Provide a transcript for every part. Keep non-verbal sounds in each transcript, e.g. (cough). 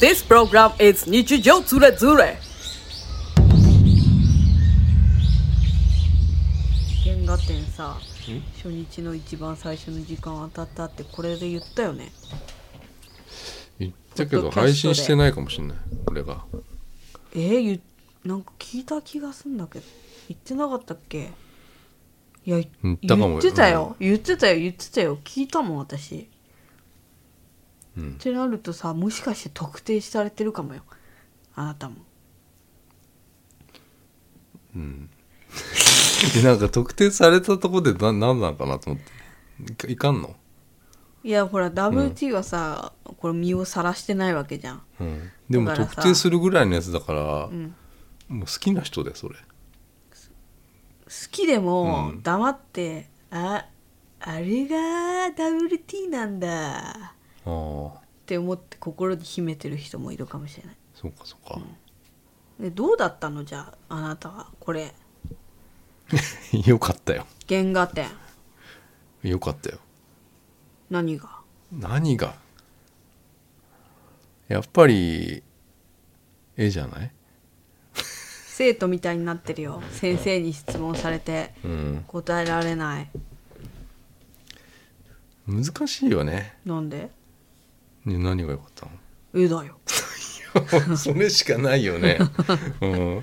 This program is 日常ズレズレ原画展さ初日の一番最初の時間当たったってこれで言ったよね言ったけポッドキャストでど配信してないかもしれない俺がえー、ゆなんか聞いた気がすんだけど言ってなかったっけいや言ったかも言ってたよ言ってたよ言ってたよ聞いたもん私、うんってなるとさもしかして特定されてるかもよあなたもなんか特定されたとこでな何なんかなと思っていかいかんの、いやほら WT はさ、これ身をさらしてないわけじゃんうん、でもだからさ特定するぐらいのやつだから、んもう好きな人でそれ好きでもうん黙って、ああれが WT なんだああって思って心に秘めてる人もいるかもしれないそうかそうか、 (laughs) でどうだったのじゃああなたはこれよかったよ原画展よかったよ何が何がやっぱり絵じゃない生徒みたいになってるよ先生に質問されてうん答えられない難しいよねなんでね何が良かったのえだよ (laughs) それしかないよ (laughs) ね、うん、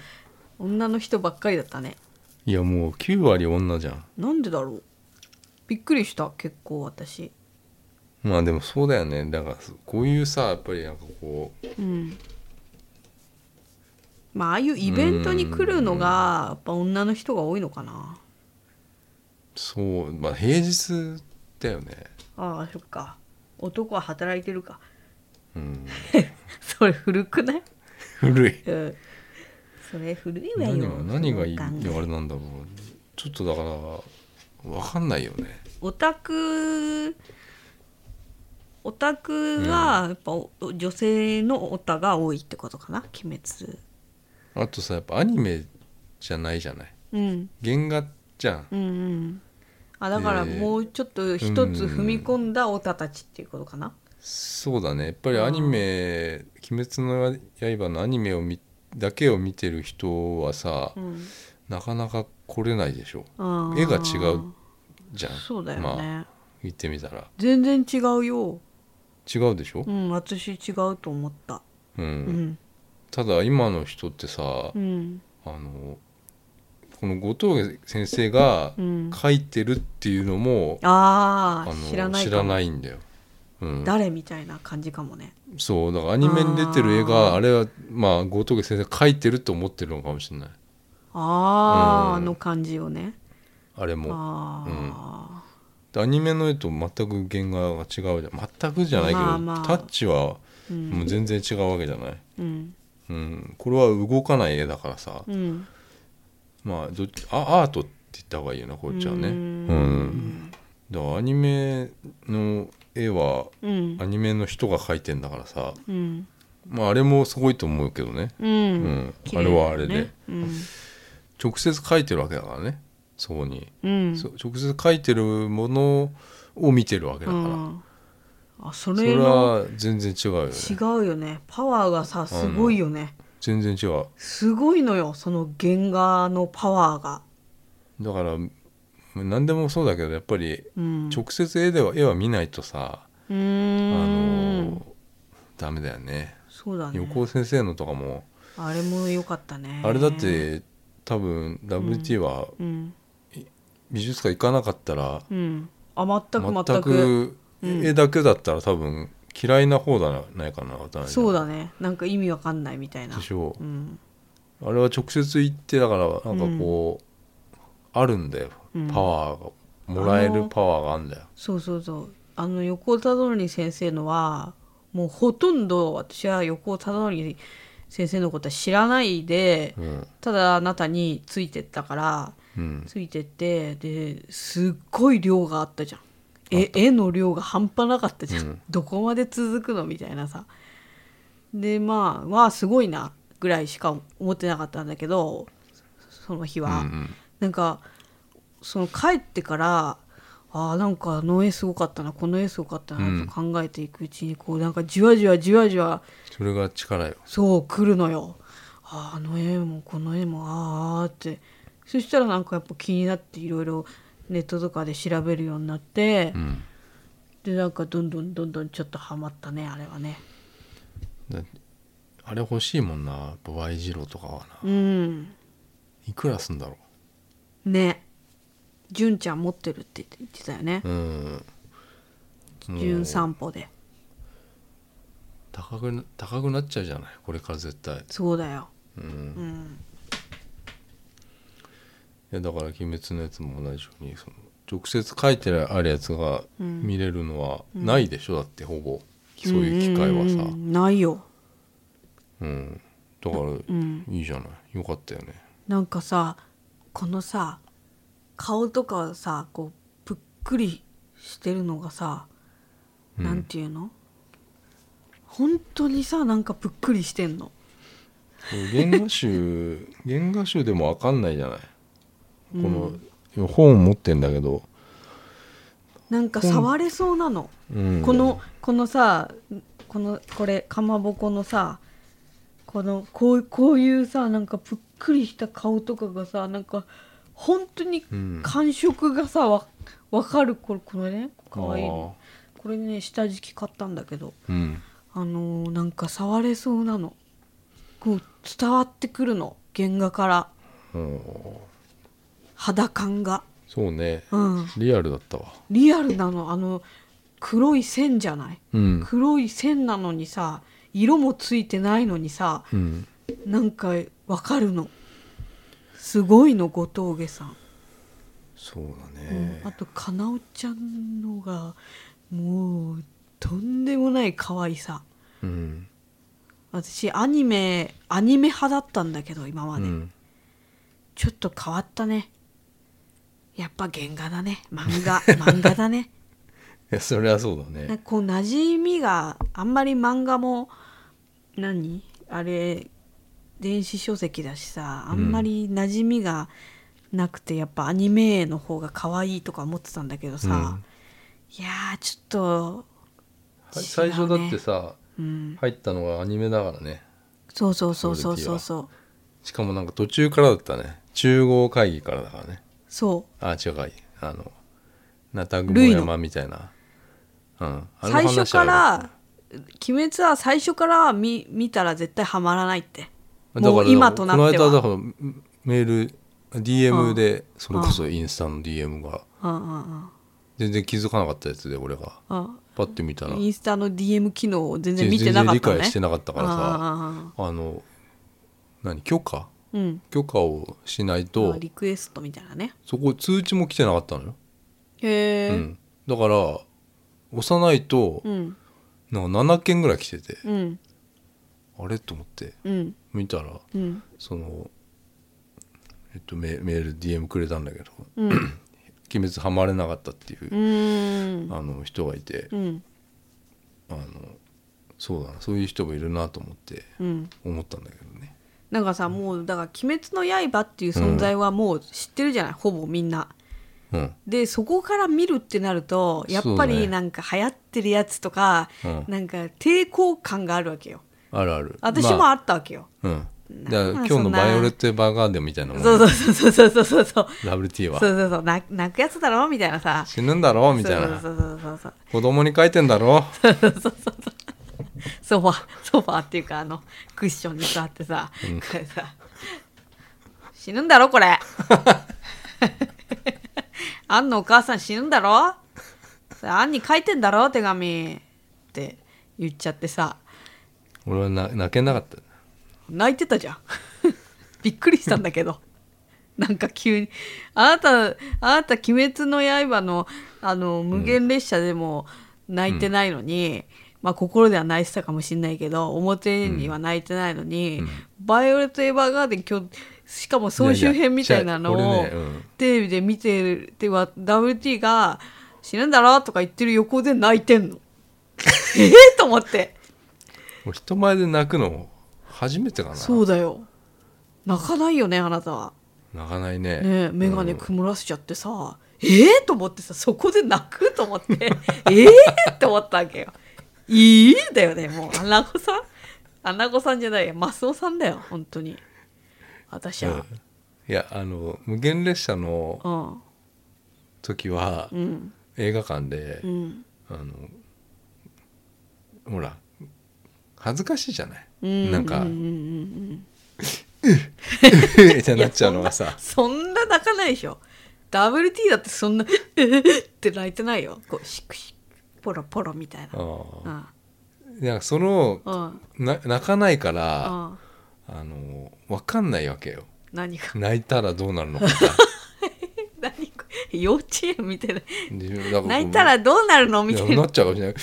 女の人ばっかりだったねいやもう9割女じゃんなんでだろうびっくりした結構私まあでもそうだよねだからこういうさやっぱりなんかこううんまあああいうイベントに来るのがやっぱ女の人が多いのかなそうまあ平日だよねああそっか男は働いてるか (laughs) うんそれ古くない古いうんそれ古いわよ何が何がいいいそやの考えあれなんだろうちょっとだからわかんないよねオタクオタクはやっぱお女性のオタが多いってことかな鬼滅あとさやっぱアニメじゃないじゃないうん原画じゃんうんうんあだからでもうちょっと一つ踏み込んだオタたちっていうことかなそうだねやっぱりアニメ「鬼滅の刃」のアニメを見だけを見てる人はさ、うん、なかなか来れないでしょあー絵が違うじゃんそうだよね、まあ言ってみたら全然違うよ違うでしょう、ん私違うと思ったうんうんただ今の人ってさ、うんあのこの後藤先生がうん書いてるっていうのも、あああの知らない知からもないんだよ、うん、誰みたいな感じかもねそうだからアニメに出てる絵あがーあれはまあ後藤先生が描いてると思ってるのかもしれないああ、うんあの感じをねあれもああ、アニメの絵と全く原画が違うじゃん全くじゃないけど、まあまあタッチはうんもう全然違うわけじゃない、うんうんこれは動かない絵だからさ、うんまあどっちあアートって言った方がいいよなこっちはねううんんだからアニメの絵はうんアニメの人が描いてんだからさ、うんまあ、あれもすごいと思うけどねううんん綺麗だよねあれはあれでうん直接描いてるわけだからねそこに、うんそ直接描いてるものを見てるわけだうから、んあそそれれのは全然違うよね違うよねパワーがさすごいよね全然違うすごいのよその原画のパワーがだから何でもそうだけどやっぱりうん直接絵では絵は見ないとさ、うあーんのダメだよねそうだね横尾先生のとかもあれも良かったねあれだって多分 WT はうん美術館行かなかったらうんあ全く全く全くうん絵だけだったら多分嫌いな方じゃないかな渡辺さんそうだねなんか意味わかんないみたいなでしょうんあれは直接行ってだからなんかこうあるんだようんパワーがもらえるパワーがあるんだよそうそうそうあの横尾忠則先生のはもうほとんど私は横尾忠則先生のことは知らないで、うんただあなたについてったからうんついてってですっごい量があったじゃんえ絵の量が半端なかったじゃん、うんどこまで続くのみたいなさでまあわあすごいなぐらいしか思ってなかったんだけどその日うんうは、んなんかその帰ってからあーなんかあの絵すごかったなこの絵すごかったなと考えていくうちにこうなんかじわじわじわじわそれが力よそう来るのよあーあの絵もこの絵もあーあーってそしたらなんかやっぱ気になっていろいろネットとかで調べるようになって、うんでなんかどんどんどんどんちょっとハマったねあれはねだあれ欲しいもんなやっぱ Y 字路とかはなうんいくらすんだろね純ちゃん持ってるって言ってたよねううん純散歩で高くな高くなっちゃうじゃないこれから絶対いそうだよやだから「鬼滅」のやつも同じようにその直接書いてあるやつが見れるのはないでしょ、だってほぼそういう機会はうんうんうさんないようんだからんいいじゃないよかったよねなんかさこのさ顔とかはさこうぷっくりしてるのがさ、うんなんていうの本当にさなんかぷっくりしてんの原画集 (laughs) 原画集でも分かんないじゃないこの本持ってんだけど、なんかほん触れそうなの、うんこのこのさこのこれかまぼこのさこのこうこういうさなんかぷっくりした顔とかがさなんか本当にうん感触がさわわかるこれこれねかわいいのこれね下敷き買ったんだけどあーうんあのーなんか触れそうなのこう伝わってくるの原画からうん肌感がそうねうんリアルだったわリアルなのあの黒い線じゃないうん、黒い線なのにさ色もついてないのにさうん、なんかわかるのすごいの後藤家さん、そうだうんね、あとかなおちゃんのがもうとんでもない可愛さうん私アニメアニメ派だったんだけど今まうで、ん、ちょっと変わったねやっぱ原画だね漫画漫画だねいやそれはそうだなんねかこう馴染みがあんまり漫画も何あれ電子書籍だしさあんまり馴染みがなくて、やっぱアニメの方が可愛いとか思ってたんだけどさ、いやーちょっとは最初だってさ、うん入ったのがアニメだからねそうそうそうそうそうそうしかもなんか途中からだったね中央会議からだからねそあ違うかあのナタグモ山みたいな、うん、あうの最話は初から「鬼滅」は最初から見見たら絶対ハマらないってもう今となってこの間だはからメール DM でそれこそインスタの DM がうんうんうん全然気づかなかったやつで俺があパッて見たらインスタの DM 機能を全然全見てな然かっ理たのね解してなかったからさああの何許可ーうん許可をしないあとリクエストみたいなねそこ通知も来てなかったのよ、へえう、ん、だから押さないとうん、なんか7件ぐらい来ててうんあれと思ってうん見たらうんそのえっとメメール DM くれたんだけどうん「鬼滅ハマれなかった」っていううーんあの人がいて、うんあのそうだなそういう人もいるなと思ってうん思ったんだけどねなんかさもうだから「鬼滅の刃」っていう存在はもう知ってるじゃない、ほぼみんなうんでそこから見るってなるとやっぱそうねりなんか流行ってるやつとか、うんなんか抵抗感があるわけよあるある私もまああったわけよ、うんなだからまあ今日そのんなバイオレット・エヴァーガーデンみたいなもんそうそうそうそうそうそうそう WT そはうそうそう泣泣くやつだろみたいなさ死ぬんだろみたいそなうそうそうそう子供に書いてんだろ (laughs) そうソファソファっていうかあのクッションに座ってさ、これさ死ぬんだろこれ (laughs) アンのお母さん死ぬんだろそれアンに書いてんだろ手紙って言っちゃってさ俺はな泣けなかった泣いてたじゃん (laughs) びっくりしたんだけどなんか急にあなたあなた「鬼滅の刃の」あの無限列車でも泣いてないのに、まあ心では泣いてたかもしれないけど表には泣いてないのに「バイオレット・エヴァーガーデン」今日しかも総集編みたいなのをいやいや違う俺ねうんテレビで見てるでは WT が「死ぬんだろ?」とか言ってる横で泣いてん (laughs) の。えー、と思って。俺人前で泣くの初めてかなそうだよ泣かないよねあなたは泣かないねねえ眼鏡うん曇らせちゃってさ、えー、と思ってさそこで泣くと思って (laughs) えーって思ったわけよいいだよねもうアナゴさんアナゴさんじゃないやマスオさんだよ本当に私はうんいやあの無限列車のうん時は、うん映画館でう、んあのほら恥ずかしいじゃない、うんなんか (laughs) うううんうん「ってなっちゃうのがさそんな泣かないでしょ WT だってそんな (laughs) って泣いてないよこうシクシクポロポロみたいなあうんあなんかそのうんな泣かないかうら、んあの分かんないわけよ何か泣いたらどうなるの (laughs) か何か幼稚園みたいな自分だから泣いたらどうなるのみたいいやななっちゃうかもしれない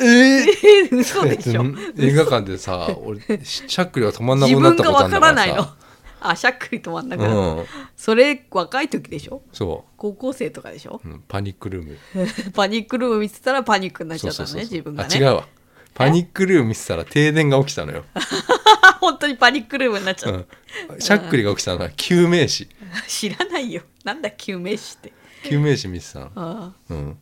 えーえ嘘でしょ映画館でさ俺ししゃっくりが止まんなく自なっ分たがことあわんかだらかないらのさあしゃっくり止まんなくなる、うんそれ若い時でしょそ高校生とかでしょう、うんパニック (laughs) ルームパニックルーム見てたらパニックになっちゃったのねそうそうそうそう自分があね違うわパニックルーム見てたら停電が起きたのよ、あ本当にパニックルームになっちゃうった、ん、しゃっくりが起きたのは救命士知らないよなんだ救命士って救命士見てたのあうん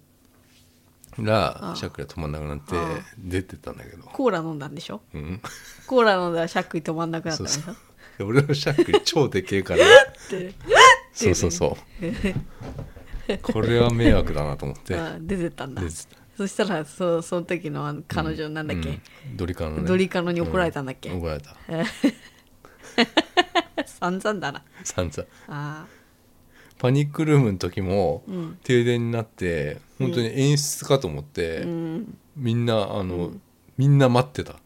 がしゃっくりが止まんなくなってあ出てったんだけどあコーラ飲んだんでしょうんコーラ飲んだらしゃっくり止まんなくなったんでしょそうで俺のしゃっくり超でけえか (laughs) らってそうそう (laughs) そうこれは迷惑だなと思ってああ出てったんだ出てたそしたらそその時のあの彼女なんだっけ、うんドリカノ、ね、ドリカノに怒られたんだっけう怒られた散々だな散々ああパニックルームの時も停電になって、本当に演出かと思って、うんみんなあの、みんな待ってた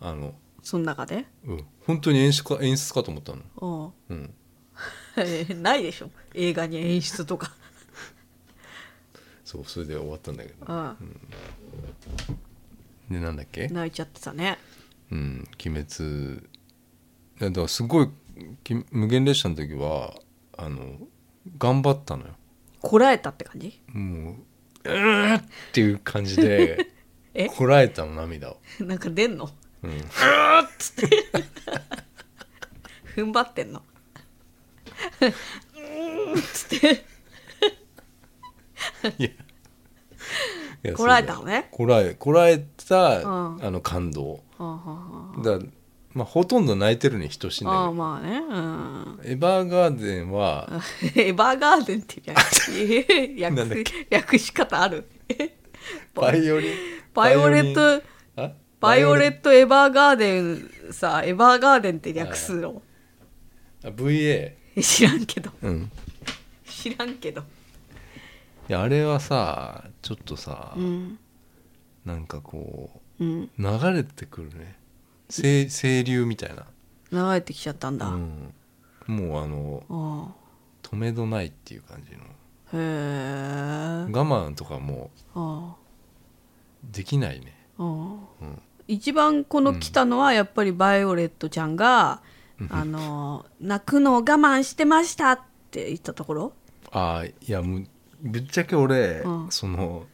あの、その中でうん、本当に演出か演出かと思ったの、うんう (laughs) ん、ないでしょ映画に演出とかそうそれで終わったんだけどああでなんだっけ泣いちゃってたねうん「鬼滅」いやだからすごいき無限列車の時はあの頑張ったのよこらえたって感じもう「うー!」っていう感じで (laughs) えこらえたの涙を、 (laughs) なんか出んのうん、踏ん張ってんのうーんっつっていやこらえたのねそうだよこらえこらえた、うんあの感動ああだからまあほとんど泣いてるに等しいんだけああどまあねうん (laughs) エヴァーガーデンはエヴァーガーデンっていう略なんだっ略略し方あるえ (laughs) バイオリンバイオレッバイオリントあバイオレバットエヴァーガーデンさエヴァーガーデンって略すのイオレンあ VA (laughs) 知らんけどうん知らんけどいやあれはさちょっとさ、うんなんかこうんう流れてくるね清清流みたいな、流れてきちゃったんだ、うん、もうあのあ止めどないっていう感じのあへえ我慢とかもあうできないねあああうん一番この来たのはやっぱりバイオレットちゃんが、あの泣くのを我慢してましたって言ったところあーいやもうぶっちゃけ俺、うんその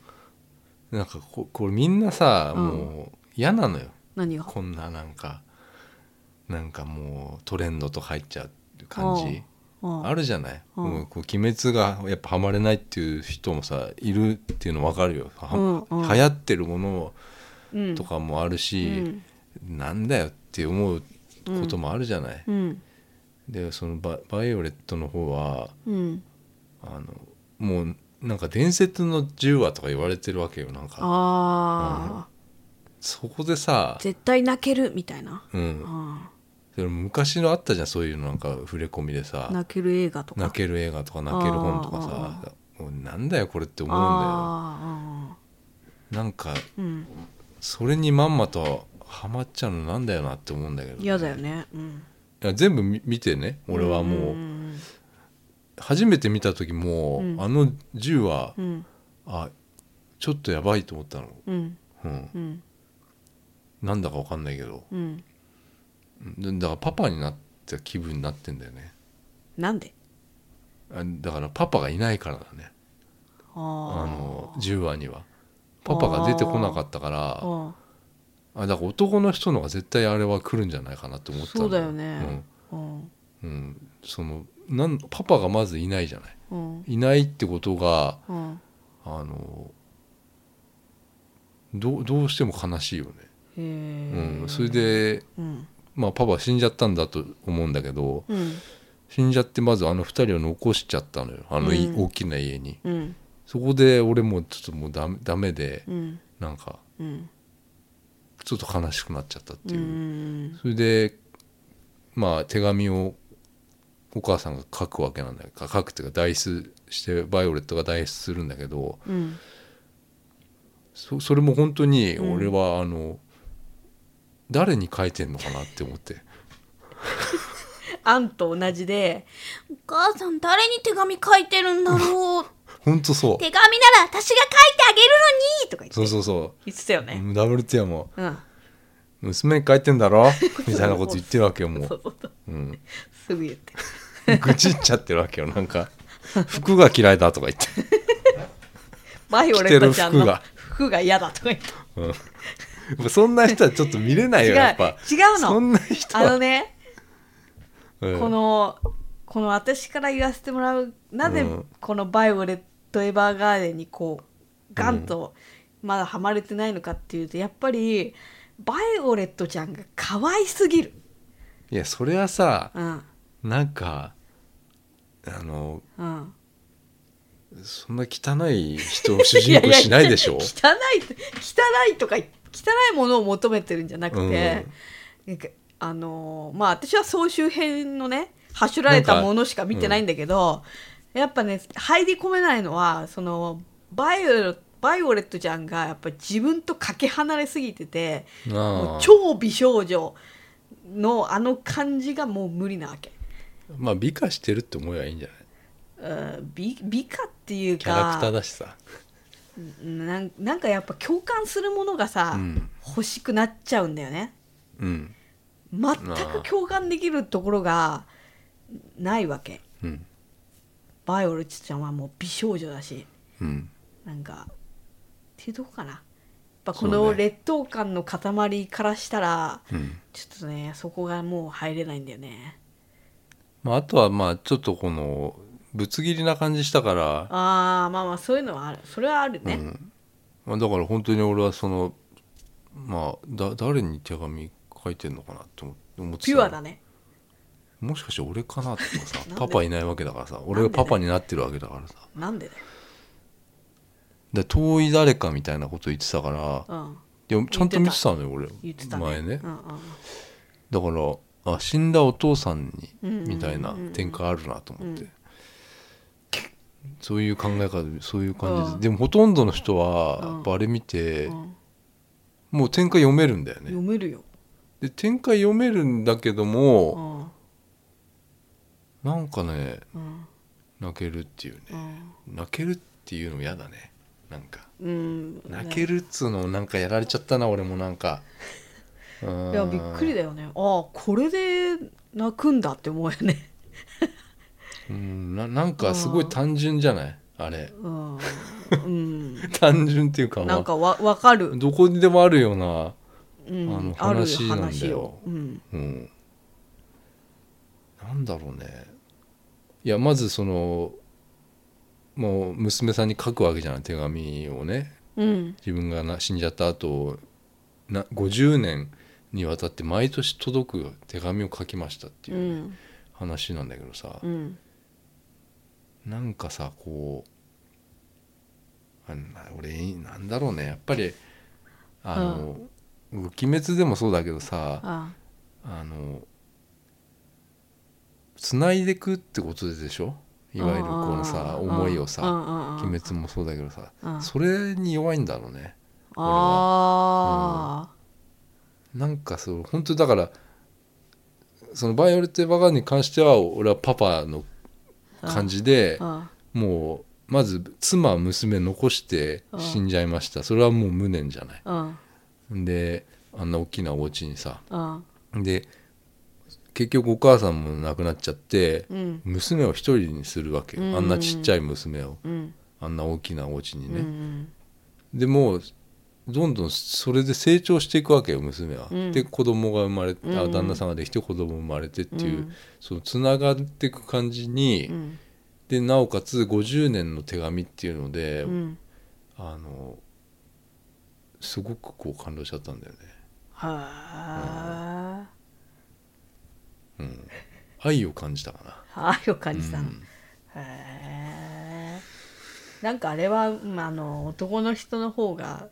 なんかここれみんなさ、うんもう嫌なのよ何がこんななんかなんかもうトレンドとか入っちゃう感じうんあるじゃない、うんもうこう鬼滅がやっぱハマれないっていう人もさいるっていうの分かるよ、はうんうん流行ってるものうんとかもあるし、なんだよって思うこともあるじゃない、うんでそのババイオレットの方はうんあのもうなんか伝説の10話とか言われてるわけよなんかああ、そこでさ、絶対泣けるみたいな、うん、あそれ昔のあったじゃんそういうのなんか触れ込みであさ泣ける映画とか泣ける映画とか泣ける本とかさもうなんだよこれって思うんだあよなんかあうんそれにまんまとハマっちゃうのなんだよなって思うんだけど嫌だよね、うん、いや全部み見てね俺はもう初めて見た時も、うんあの10話、うんあちょっとやばいと思ったの、うんうん、うんなんだかわかんないけどうんうんだからパパになった気分になってんだよねなんであだからパパがいないからだねああのの10話にはパパが出てこなかったからああだから男の人の方が絶対あれは来るんじゃないかなと思ったんそうだよね、うんうん、うん、そのなんパパがまずいないじゃないうんうんいないってことがうんあのどうどうしても悲しいよね、へえ、うん、それで、うんまあ、パパ死んじゃったんだと思うんだけどうん死んじゃってまずあの2人を残しちゃったのよあのい、うん大きな家にうんそこで俺もうちょっともうダメダメでうんなんかうんちょっと悲しくなっちゃったってういう、んそれでまあ手紙をお母さんが書くわけなんだけど書くっていうか代筆してバイオレットが代筆するんだけどうんそそれも本当にうん俺はあの、誰に書いてんのかなって思ってアンと同じで「お母さん誰に手紙書いてるんだろう」本当「そう手紙なら私が書いてあげるのに」とか言ってそうそうそ言ってたようね。 WT はもうん、う娘に書いてんだろみたいなこと言ってるわけよもそうう、そうそううん、すぐ言って愚痴っちゃってるわけよなんか服が嫌いだとか言ってバイオレットちゃんの着てる服が服が嫌だとか (laughs) 言ってうんやっぱそんな人はちょっと見れない違うよやっぱ違うそのんな人あのは、ね、うんこのこの私から言わせてもらうなぜうんこのバイオレットエヴァーガーデンにこうガンとまだハマれてないのかっていうとやっぱりバイオレットちゃんが可愛すぎる、いやそれはさうんなんかあのうん、そんな汚い人を主人公にしないでしょやや (laughs) 汚いって汚いとか汚いものを求めてるんじゃなくて、なんかあのーまあ私は総集編のね走られたものしか見てないんだけど、やっぱね入り込めないのはそのバイオバイオレットちゃんがやっぱ自分とかけ離れすぎててもあうあ超美少女のあの感じがもう無理なわけ。まあ美化してるって思えばいいんじゃないうん美美化っていうかキャラクターだしさなんなんかやっぱ共感するものがさ、うん欲しくなっちゃうんだよねうん全く共感できるところがないわけうんバイオレットちゃんはもう美少女だしうんなんかっていうとこかなやっぱこそうねの劣等感の塊からしたら、うんちょっとねそこがもう入れないんだよねまああとはまあちょっとこのぶつ切りな感じしたから、あーまあまあそういうのはあるそれはあるね、うんまあ、だから本当に俺はそのまあだ誰に手紙書いてんのかなって思思ってピたュアだねもしかして俺かなとか (laughs) さなんでパパいないわけだからさ俺がパパになってるわけだからさなんでだよで遠い誰かみたいなこと言ってたからうんいやちゃんと見てたのよ俺言ってたね前ねうんうんだからあ死んだお父さんにうんうんうんうんみたいな展開あるなと思ってそういう考え方そういう感じうんででもほとんどの人はうんやっぱあれ見てうんもう展開読めるんだよね読めるよ、で展開読めるんだけどうもんなんかねうん泣けるっていうねうん泣けるっていうのも嫌だねなんかうん、泣けるっつうのもなんかやられちゃったな俺もなん (laughs) かいいやびっくりだよねああこれで泣くんだって思うよねうんななんかすごい単純じゃないあれうん、 (laughs) うん、単純っていうかまなあんかわ分かる、どこにでもあるような、うん、あのある話なんだ話よを、うんうん、なんだろうねいやまずそのもう娘さんに書くわけじゃない手紙をねうん自分がな死んじゃった後な50年にわたって毎年届く手紙を書きましたってういうね、ん話なんだけどさう、んなんかさこうあな俺なんだろうねやっぱりあの「鬼滅」でもそうだけどさ、ああの繋いでくってことでしょいわゆるこのさうん思いをうさんうんう「ん鬼滅」もそうだけどさうんそれに弱いんだろうねあなんかそう本当だからその「バイオレット・エヴァーガーデン」に関しては俺はパパのあ感じであもうまず妻娘残して死んじゃいましたそれはもう無念じゃないうんであんな大きなお家にさうんで結局お母さんも亡くなっちゃってうん娘を一人にするわけうんよあんなちっちゃい娘をうんあんな大きなお家にうね、んでもうどんどんそれで成長していくわけよ娘は、うんで子供が生まれて、うんうあん旦那さんができて子供生まれてっていう、うんそのつながっていく感じに、うんでなおかつ50年の手紙っていうので、うんあのすごくこう感動しちゃったんだよね。はうん、愛を感じたかな。あ愛を感じたの、うんへえんかあれは、まあ、あの男の人の方が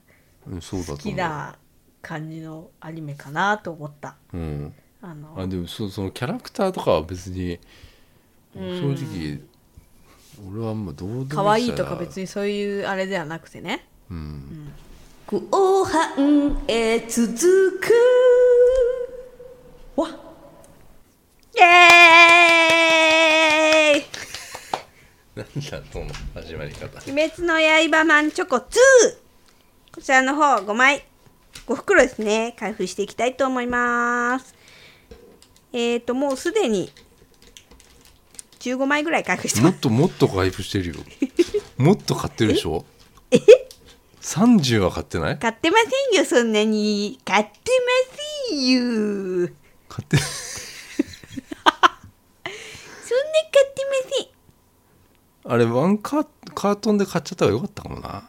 うん、そうだと好思う。きな感じのアニメかなと思ったうん、あのあでもそそのキャラクターとかは別に正直、俺はもうどうでも可愛いとか別に、にそういうあれではなくてねうん、後半へ続くわイエーイなんだその始まり方鬼滅の刃マンチョコ2こちらの方5枚5袋ですね開封していきたいと思いますえーともうすでに15枚ぐらい開封してもまっすともっと開封してる (laughs) よもっと買ってるでしょ30は買ってない買ってませんよそんなに買ってませんよそんな買って買ってあれワンカーカートンで買っちゃった方がよかったか (laughs) もなませ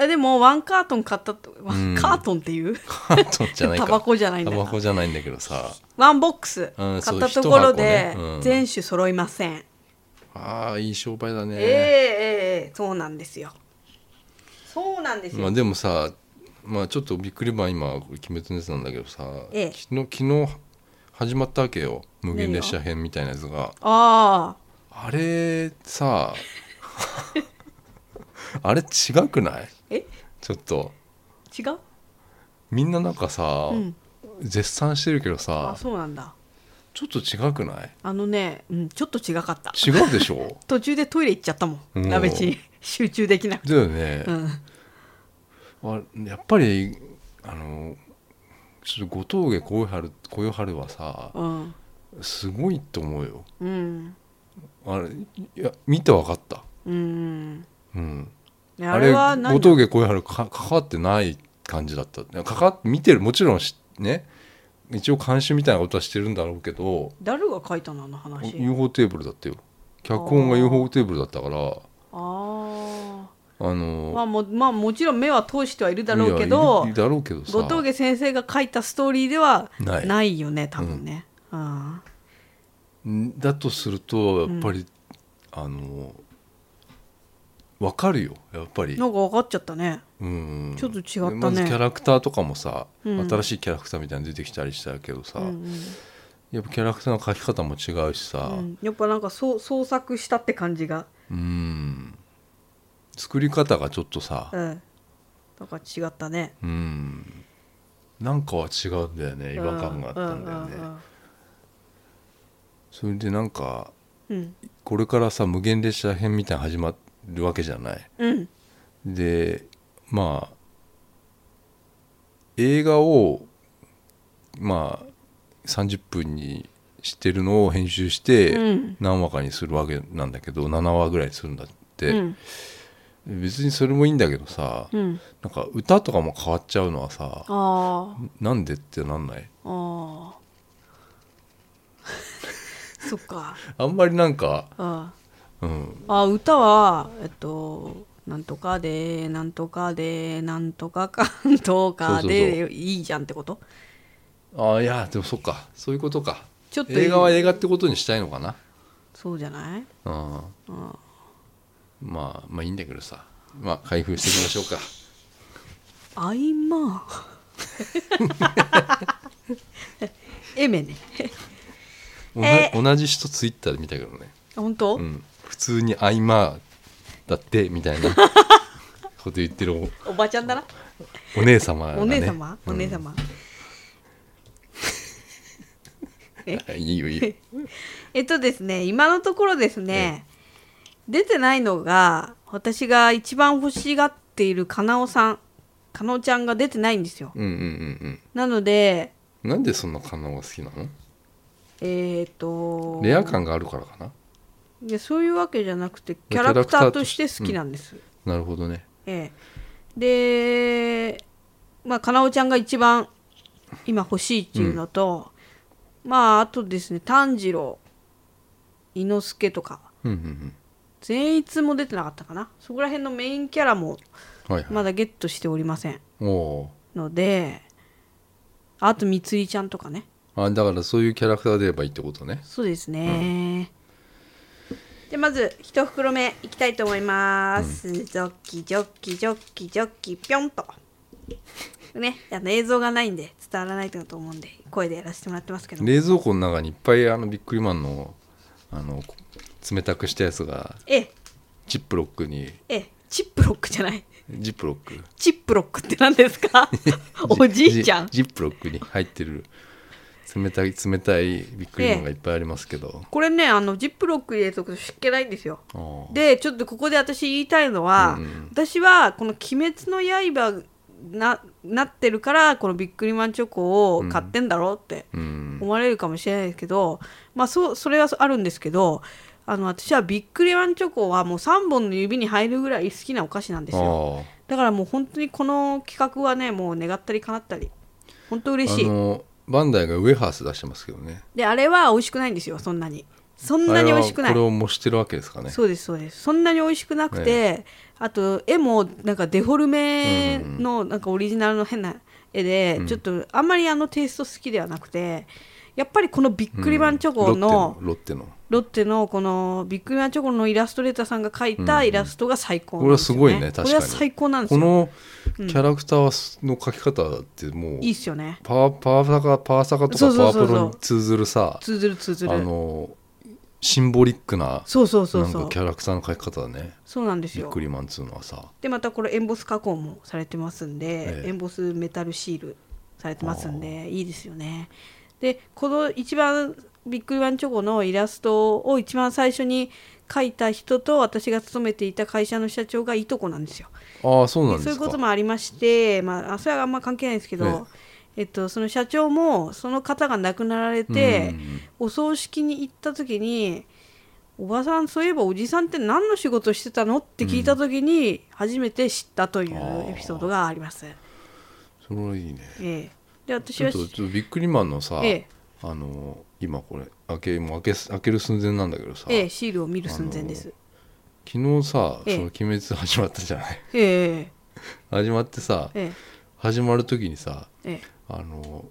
んあでもワンカートン買ったとワうんンカートンっていう、カートンじゃないか (laughs) タバコじゃないんだタなバコじゃないんだけどさワンボックスう買んっそうたところで一箱ねうん全種揃いません、あーいい商売だねええええええそうなんですよそうなんですよ、まあでもさ、まあ、ちょっとびっくりば今「鬼滅のやつ」なんだけどさ、ええ昨日昨日始まったわけよ無限列車編みたいなやつがあああれさ (laughs) あれ違くないえちょっと違うみんななんかさ、うん絶賛してるけどあさそうなんだちょっと違くないあのね、うん、ちょっと違かった違うでし (laughs) ょ途中でトイレ行っちゃったもうんん鍋地に集中できなくてだよねう、んあやっぱりあのちょっと後藤家小夜春小夜春はさうんすごいと思うようんあれいや見て分かった、うんうん、あれは後何だ藤家小夜春か関わってない感じだったいや関わって見てるもちろんしね一応監修みたいなことはしてるんだろうけど誰が書いたのあの話 UFO テーブルだってよ脚本があー UFO テーブルだったからあああまあのもまあもちろん目は通してはいるだろうけいやいどるいるだろうけどさ後藤家先生が書いたストーリーではないないよね多分ね、うんんだとするとやっぱり、あの分かるよやっぱりなんか分かっちゃったねうんちょっと違ったねまずキャラクターとかもさ、うん新しいキャラクターみたいなの出てきたりしたけどさ、うんうんやっぱキャラクターの描き方も違うしさうん、やっぱなんかそう創作したって感じが、うん作り方がちょっとさうん、なんか違ったねうんなんかは違うんだよね違和感があったんだよね、それでなんかうんこれからさ無限列車編みたいなの始まるわけじゃないうんでまあ映画をまあ30分にしてるのを編集しうてん何話かにするわけなんだけど7話ぐらいにするんだっうて、ん別にそれもいいんだけどさ、うんなんか歌とかも変わっちゃうのはさあーなんでってなんないあー (laughs) そっかあんまりなんかあうんーあー歌はえっとなんとかでなんとかでなんとかかんとかそうそでいいじゃんってことあいやでもそっかそういうことかちょっと映画は映画ってことにしたいのかなそうじゃないうんまあまあいいんだけどさまあ開封していきましょうか合間えめね (laughs) おえな同じ人ツイッターで見たけどね、あ本当、うん、普通に「合間だって」みたい (laughs) なこと言ってるおばちゃんだなおお姉様が、ね、お姉様、うんお姉様、あいいよいいよえっとですね今のところですね、出てないのが私が一番欲しがっているかなおさんかなおちゃんが出てないんですようんうんうんなのでうんなんでそんな観音が好きなのえっ、とレア感があるからかないやそういうわけじゃなくてキキャャララククタターーととししてて好きなんです、なるほどねええでまあかなおちゃんが一番今欲しいっていうのと、まああとですね炭治郎伊之助とかうんうん善逸も出てなかったかなそこら辺のメインキャラもはいはい、まだゲットしておりませんおおのであとみつりちゃんとかねーあだからそういうキャラクターでればいいってことねそうですね、でまず一袋目いきたいと思います、ジョッキジョッキジョッキジョッキぴょんとねあの映像がないんで伝わらないと思うんで声でやらせてもらってますけど冷蔵庫の中にいっぱいあのビックリマンのあの冷たくしたやつがええジップロックにええチップロックじゃないジップロックチップロックって何ですか (laughs) おじいちゃんジジップロックに入ってる冷たい冷たいビックリマンがいっぱいありますけど、これねあのジップロック入れとくと湿気ないんですよあーでちょっとここで私言いたいのは、うんうん私はこの「鬼滅の刃な」なってるからこのビックリマンチョコを買ってんだろうってうん思われるかもしれないですけど、まあそうそれはあるんですけどあの私はビックリマンチョコはもう3本の指に入るぐらい好きなお菓子なんですよああだからもう本当にこの企画はねもう願ったり叶ったり本当嬉あしいのバンダイがウェハース出してますけどねであれは美味しくないんですよそんなにそんなに美味しくなあいれはこれを模してるわけですかねそうですそうですそんなに美味しくなくて、あと絵もなんかデフォルメのなんかオリジナルの変な絵で、ちょっとあんまりあのテイスト好きではなくてやっぱりこのビックリマンチョコのロッテのロッテのロッテのこのビックリマンチョコのイラストレーターさんが描いたイラストが最高これはすごいね確かにこれは最高なんですこよのキャラクターの描き方ってもう、いいっすよねパワーパワーサカパワーサカとそうかそパうワそうそうープロに通ずるさ通ずる通ずるあのシンボリックなそうそうそうなんそかうキャラクターの描き方だねそうなんですビッよクリマンっつうのはさでまたこれエンボス加工もされてますんで、ええエンボスメタルシールされてますんでいいですよね。でこの一番ビックリマンチョコのイラストを一番最初に描いた人と私が勤めていた会社の社長がいとこなんですよ。ああそうなんでですそうかいうこともありまして、まああ、それはあんま関係ないですけど、ええっと、その社長もその方が亡くなられて、お葬式に行った時に「おばさんそういえばおじさんって何の仕事してたの?」って聞いた時に初めて知ったというエピソードがあります。うんそれはいいねええ、で私ちょはっとちょっとビックリマンのさ、ええあの今これ開けもう開け開ける寸前なんだけどさ、ええ、シールを見る寸前です。昨日さ「ええその鬼滅」始まったじゃない (laughs) え始まってさえええ始まる時にさええ、あの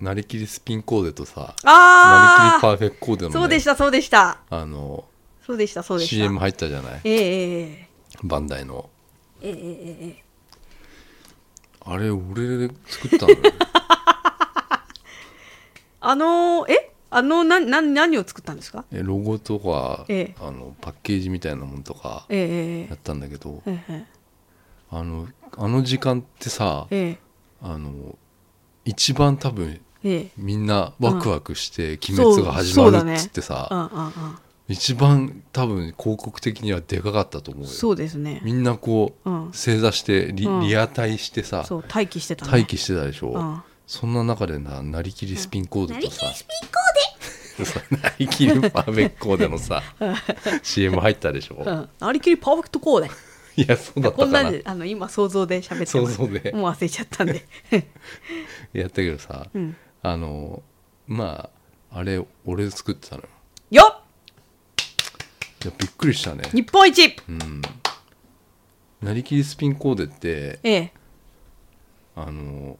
なりきりスピンコーデとさなりきありパあーフェクトコーデの、ね、そうでしたそうでしたあのそうでしたそうでした。 CM 入ったじゃないええバンダイのえええええええええあれ俺 (laughs) 作ったのよあのーえあのなな何を作ったんですかえロゴとか、ええあのパッケージみたいなもんとかええやったんだけど、えええあのあの時間ってさええあの一番多分ええみんなワクワクして「ん鬼滅」が始まそうそうだるねっつってさ、うんうん一番多分広告的にはでかかったと思うんうよそうですねみんなこう、うん正座してリ,、うんリアタイしてさそう待機してたね待機してたでしょ、うんそんな中でななりきりスピンコーデとさ、ピン (laughs) さなりきりパーフェクトコーデのさ CM 入ったでしょうん、なりきりパーフェクトコーデいやそうだったこかんななんであの今想像で喋って想ます像で (laughs) もう忘れちゃったん (laughs) でやったけどさ、うんあのまああれ俺作ってたのよよっいやびっくりしたね日本一うんなりきりスピンコーデってええあの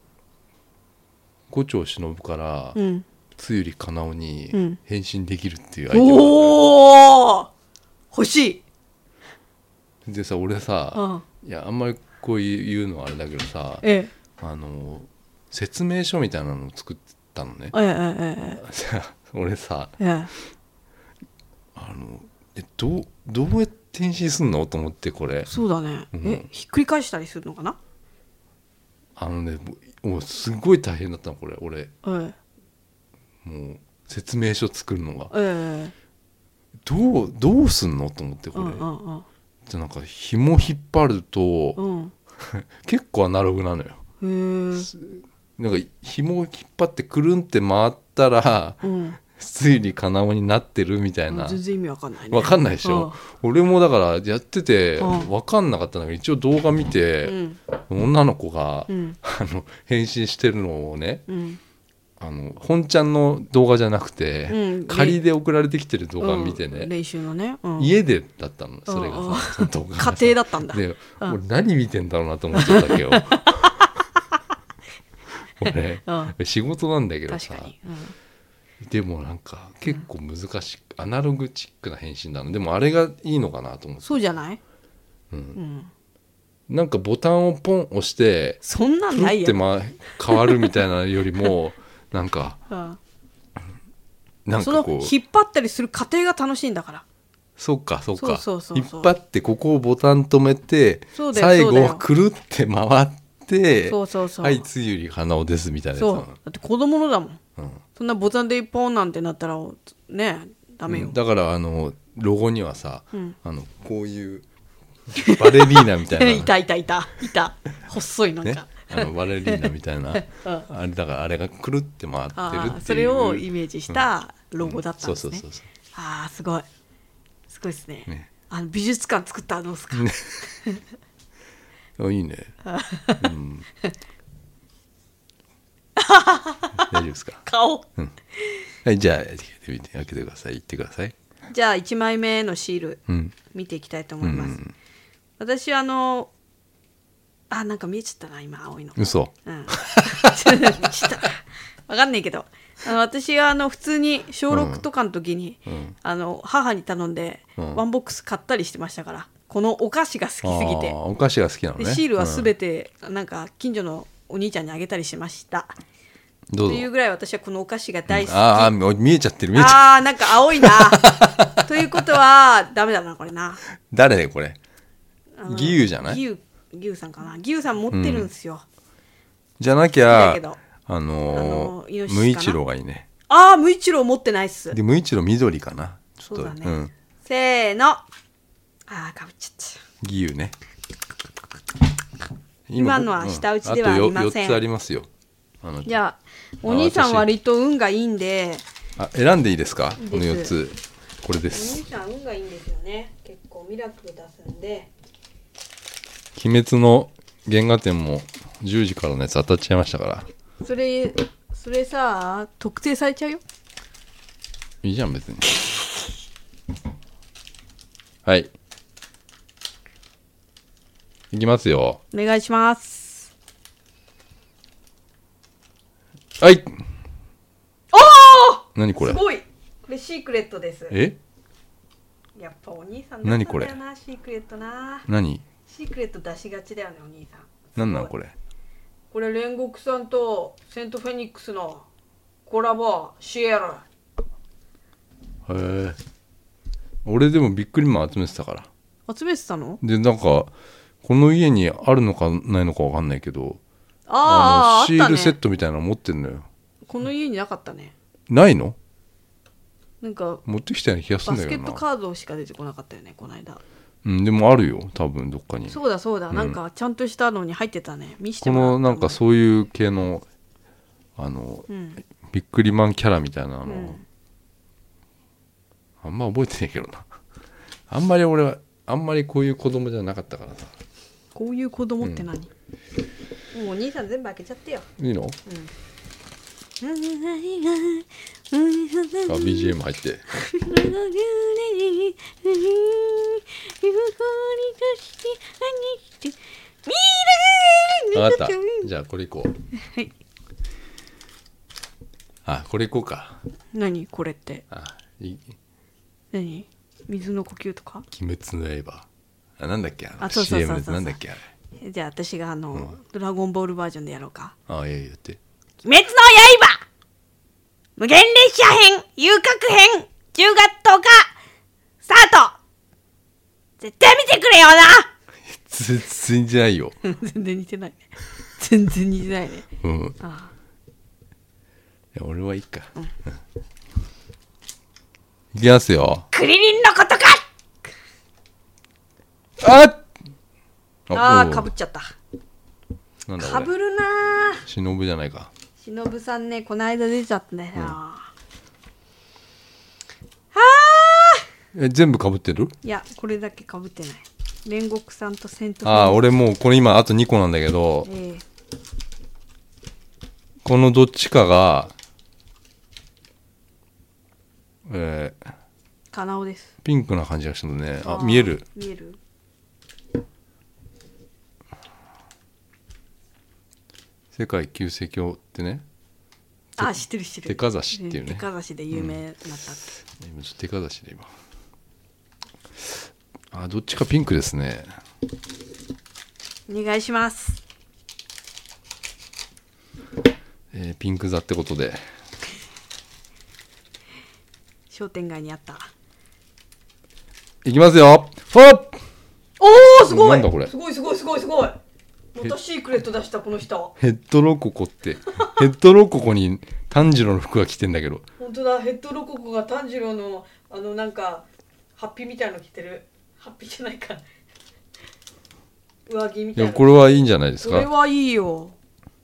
五丁忍からうんつゆりかなおうにん変身できるっていうアイテムなのよおお欲しいでさ俺うさんいやあんまりこういう言うのはあれだけどさええあの説明書みたいなのを作ったのねええええさ (laughs) 俺さえええあのえどうどうやって変身すんのと思ってこれえそうだね、うんえひっくり返したりするのかなあのねもうすごい大変だったのこれ俺えもう説明書作るのがえええどうどうすんのと思ってうこれ、んうんうんでなんか紐引っ張ると、うん結構アナログなのよへえなんか紐を引っ張ってくるんって回ったらうん推理かなおになってるみたいな全然意味わかんないねわかんないでしょ、俺もだからやっててうんわかんなかったんだけど一応動画見て、うん女の子が、うんあの変身してるのをねうんああの本ちゃんの動画じゃなくて、うん仮で送られてきてる動画うん見てね、練習のね、うん家でだったのそれがさ、うんうんその動画がさ家庭だったんだ、で、うん俺何見てんだろうなと思っちゃった (laughs) けど俺うん、仕事なんだけど確さかに、でもなんか結構難しくアナログチックな返信なのでもあれがいいのかなとうん、思って、そうじゃない、う、うんん、なんかボタンをポン押してそんなんプルないっやて、ま変わるみたいなよりも (laughs) なんかうんなんそかのこう引っ張ったりする過程が楽しいんだからそうかそうかそうそうそう引そうっ張ってここをボタン止めてそうだよ最そうだ後よくるって回ってそうそうそう、はいつゆり花をですみたいなやつそなうのだって子供のだもんうんそんなボタンでポンなんてなったらねダメよ、だからあのロゴにはさ、うんあのこういうバレリーナみた (laughs) いいなたいたいたいた細いなんか、ねあのバレリーナみたい (laughs) うなんあれだからあれがくるって回ってるってあいあうそれをイメージしたロゴだったんですね、うんそうそうそうそああすごいすごいですねうねあの美術館作ったらどうですか、あいいね、うん、大丈夫ですか (laughs) 顔はいじゃあ開けてみて開けてください言ってくださいじゃあ1枚目のシールうん見ていきたいと思います、うん私あのあなんか見えちゃったな今青いの嘘うん、ちょっと分かんないけどあの私はあの普通に小6とかの時に、んあの母に頼んで、うんワンボックス買ったりしてましたからこのお菓子が好きすぎてあーお菓子が好きなのでねシールはす全て、なんか近所のお兄ちゃんにあげたりしましたうん、どとうぞいうぐらい私はこのお菓子が大好き、あーあー見えちゃってる見えちゃってるあーなんか青いなということはダメだなこれな誰これあの牛じゃない牛牛さんかな牛さん持ってるんですよ、じゃなきだゃけどああののイーノシシかな無一郎がいいねああ無一郎持ってないっすで無一郎緑かなちそょっうとだね、ん、せーのあーかぶっちゃっ義勇ね今のは舌打ちではありませんあとよ四つありますよあのたじゃあお兄さん割と運がいいんであ選んでいいですかいいですこの4つこれでおすさん運がいいんですよね結構ミラクル出すんで「鬼滅の原画展」も10時からのやつ当たっちゃいましたからそれそれさ特定されちゃうよいいじゃん別にはいいきますよお願いしますはいおお何これすごいこれシークレットですえやっぱお兄さん何これ出すんだよなシークレットな何シークレット出しがちだよねお兄さん何なんこれこれ煉獄さんとセントフェニックスのコラボシエルへえ俺でもびっくりマン集めてたから集めてたのでなんかこの家にあるのかないのかわかんないけどあーあのシあーっルセたッねトみたいなの持ってんのよこの家になかったねないのなんか持ってきたような気がするバんだスケけッどトな、カードしか出てこなかったよねこの間うん、でもあるよ多分どっかにそうだそうだ、うんなんかちゃんとしたのに入ってたね見してこもらったのなんかそういう系のあのうんビックリマンキャラみたいなの、うんあんま覚えてないけどなあんまり俺はあんまりこういう子供じゃなかったからさこういう子供って何、もうお兄さん全部開けちゃってよいいのああ BGM 入って (laughs) わかったじゃあこれいこうはいあこれいこうか何これってあい何水の呼吸とか鬼滅の刃あなんだっけあのあそうそうそうそう CM でなんだっけあれじゃあ私があの、んドラゴンボールバージョンでやろうかあいやいや言って「鬼滅の刃」無限列車編遊郭編10月10日スタート絶対見てくれよ (laughs) 全然じゃな (laughs) いよな全然似てない (laughs) ね全然似てないねうんいあや俺はいいか、いきますよクリリンのことかああおーうかぶっちゃったなんだかこれぶるなー忍じゃないかしのぶさんねこの間出ちゃったんだよな、え全部かぶってるいやこれだけかぶってない煉獄さんとセントフェニッあクスー俺もうこれ今あと2個なんだけどええこのどっちかがえーカナオですピンクな感じがするねあ見える見える世界旧世教ってねあ知ってる知ってる手かざしっていうねん手かざしで有名になった今ちょっと手かざしで今あどっちかピンクですねお願いしますえーピンク座ってことで商店街にあったいきますよほっおおすごないんだこれすごいすごいすごいすごいまたシークレット出したこの人ヘッドロココってヘッドロココに炭治郎の服が着てんだけど本当だヘッドロココが炭治郎のあのなんかハッピーみたいの着てるハッピーじゃないか上着みいたいやなこれはいいんじゃないですこれかはいいよ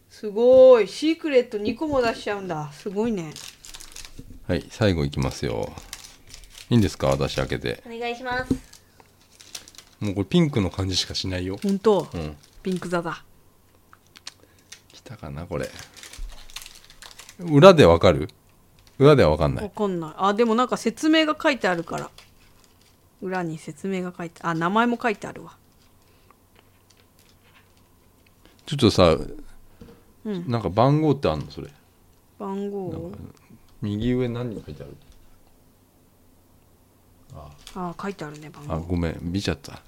すごいシークレット2個も出しちゃうんだすごいねはい最後いきますよいいんですか私開けてお願いしますもうこれピンクの感じしかしないよ本当、うんピンク座だ来たかなこれ裏でわかる裏ではわかんなわいかんないあでもなんか説明が書いてあるから裏に説明が書いてあ名前も書いてあるわちょっとさ、うんなんか番号ってあんのそれ番号右上何に書いてあるあ書いてあるね番あ号ごめん見ちゃった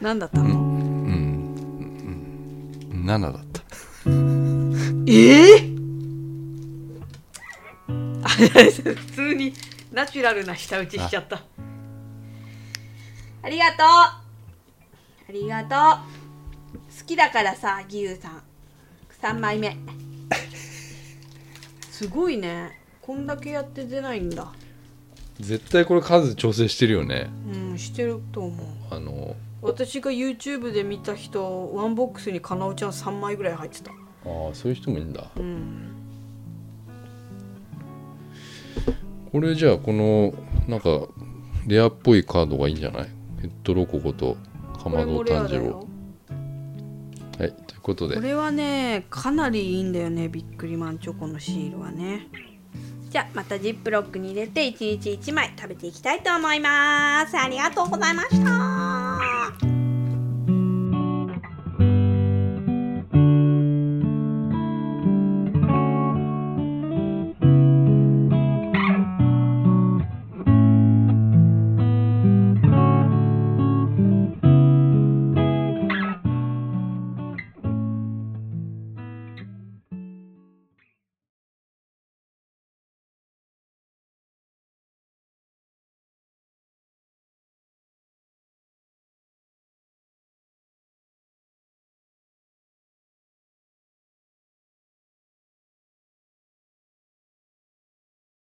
何だったの、 7だったええあ普通にナチュラルな舌打ちしちゃったありがとうありがとう好きだからさ義勇さん3枚目すごいねこんだけやって出ないんだ絶対これ数調整してるよねうんしてると思うあの私が YouTube で見た人ワンボックスにかなおちゃん3枚ぐらい入ってたあーそういう人もいるんだうんこれじゃあこのなんかレアっぽいカードがいいんじゃないヘッドロココとかこまれどもレア炭治だ郎よはいということこでれはねかなりいいんだよねびっくりマンチョコのシールはねじゃあまたジップロックに入れて1日1枚食べていきたいと思いますありがとうございました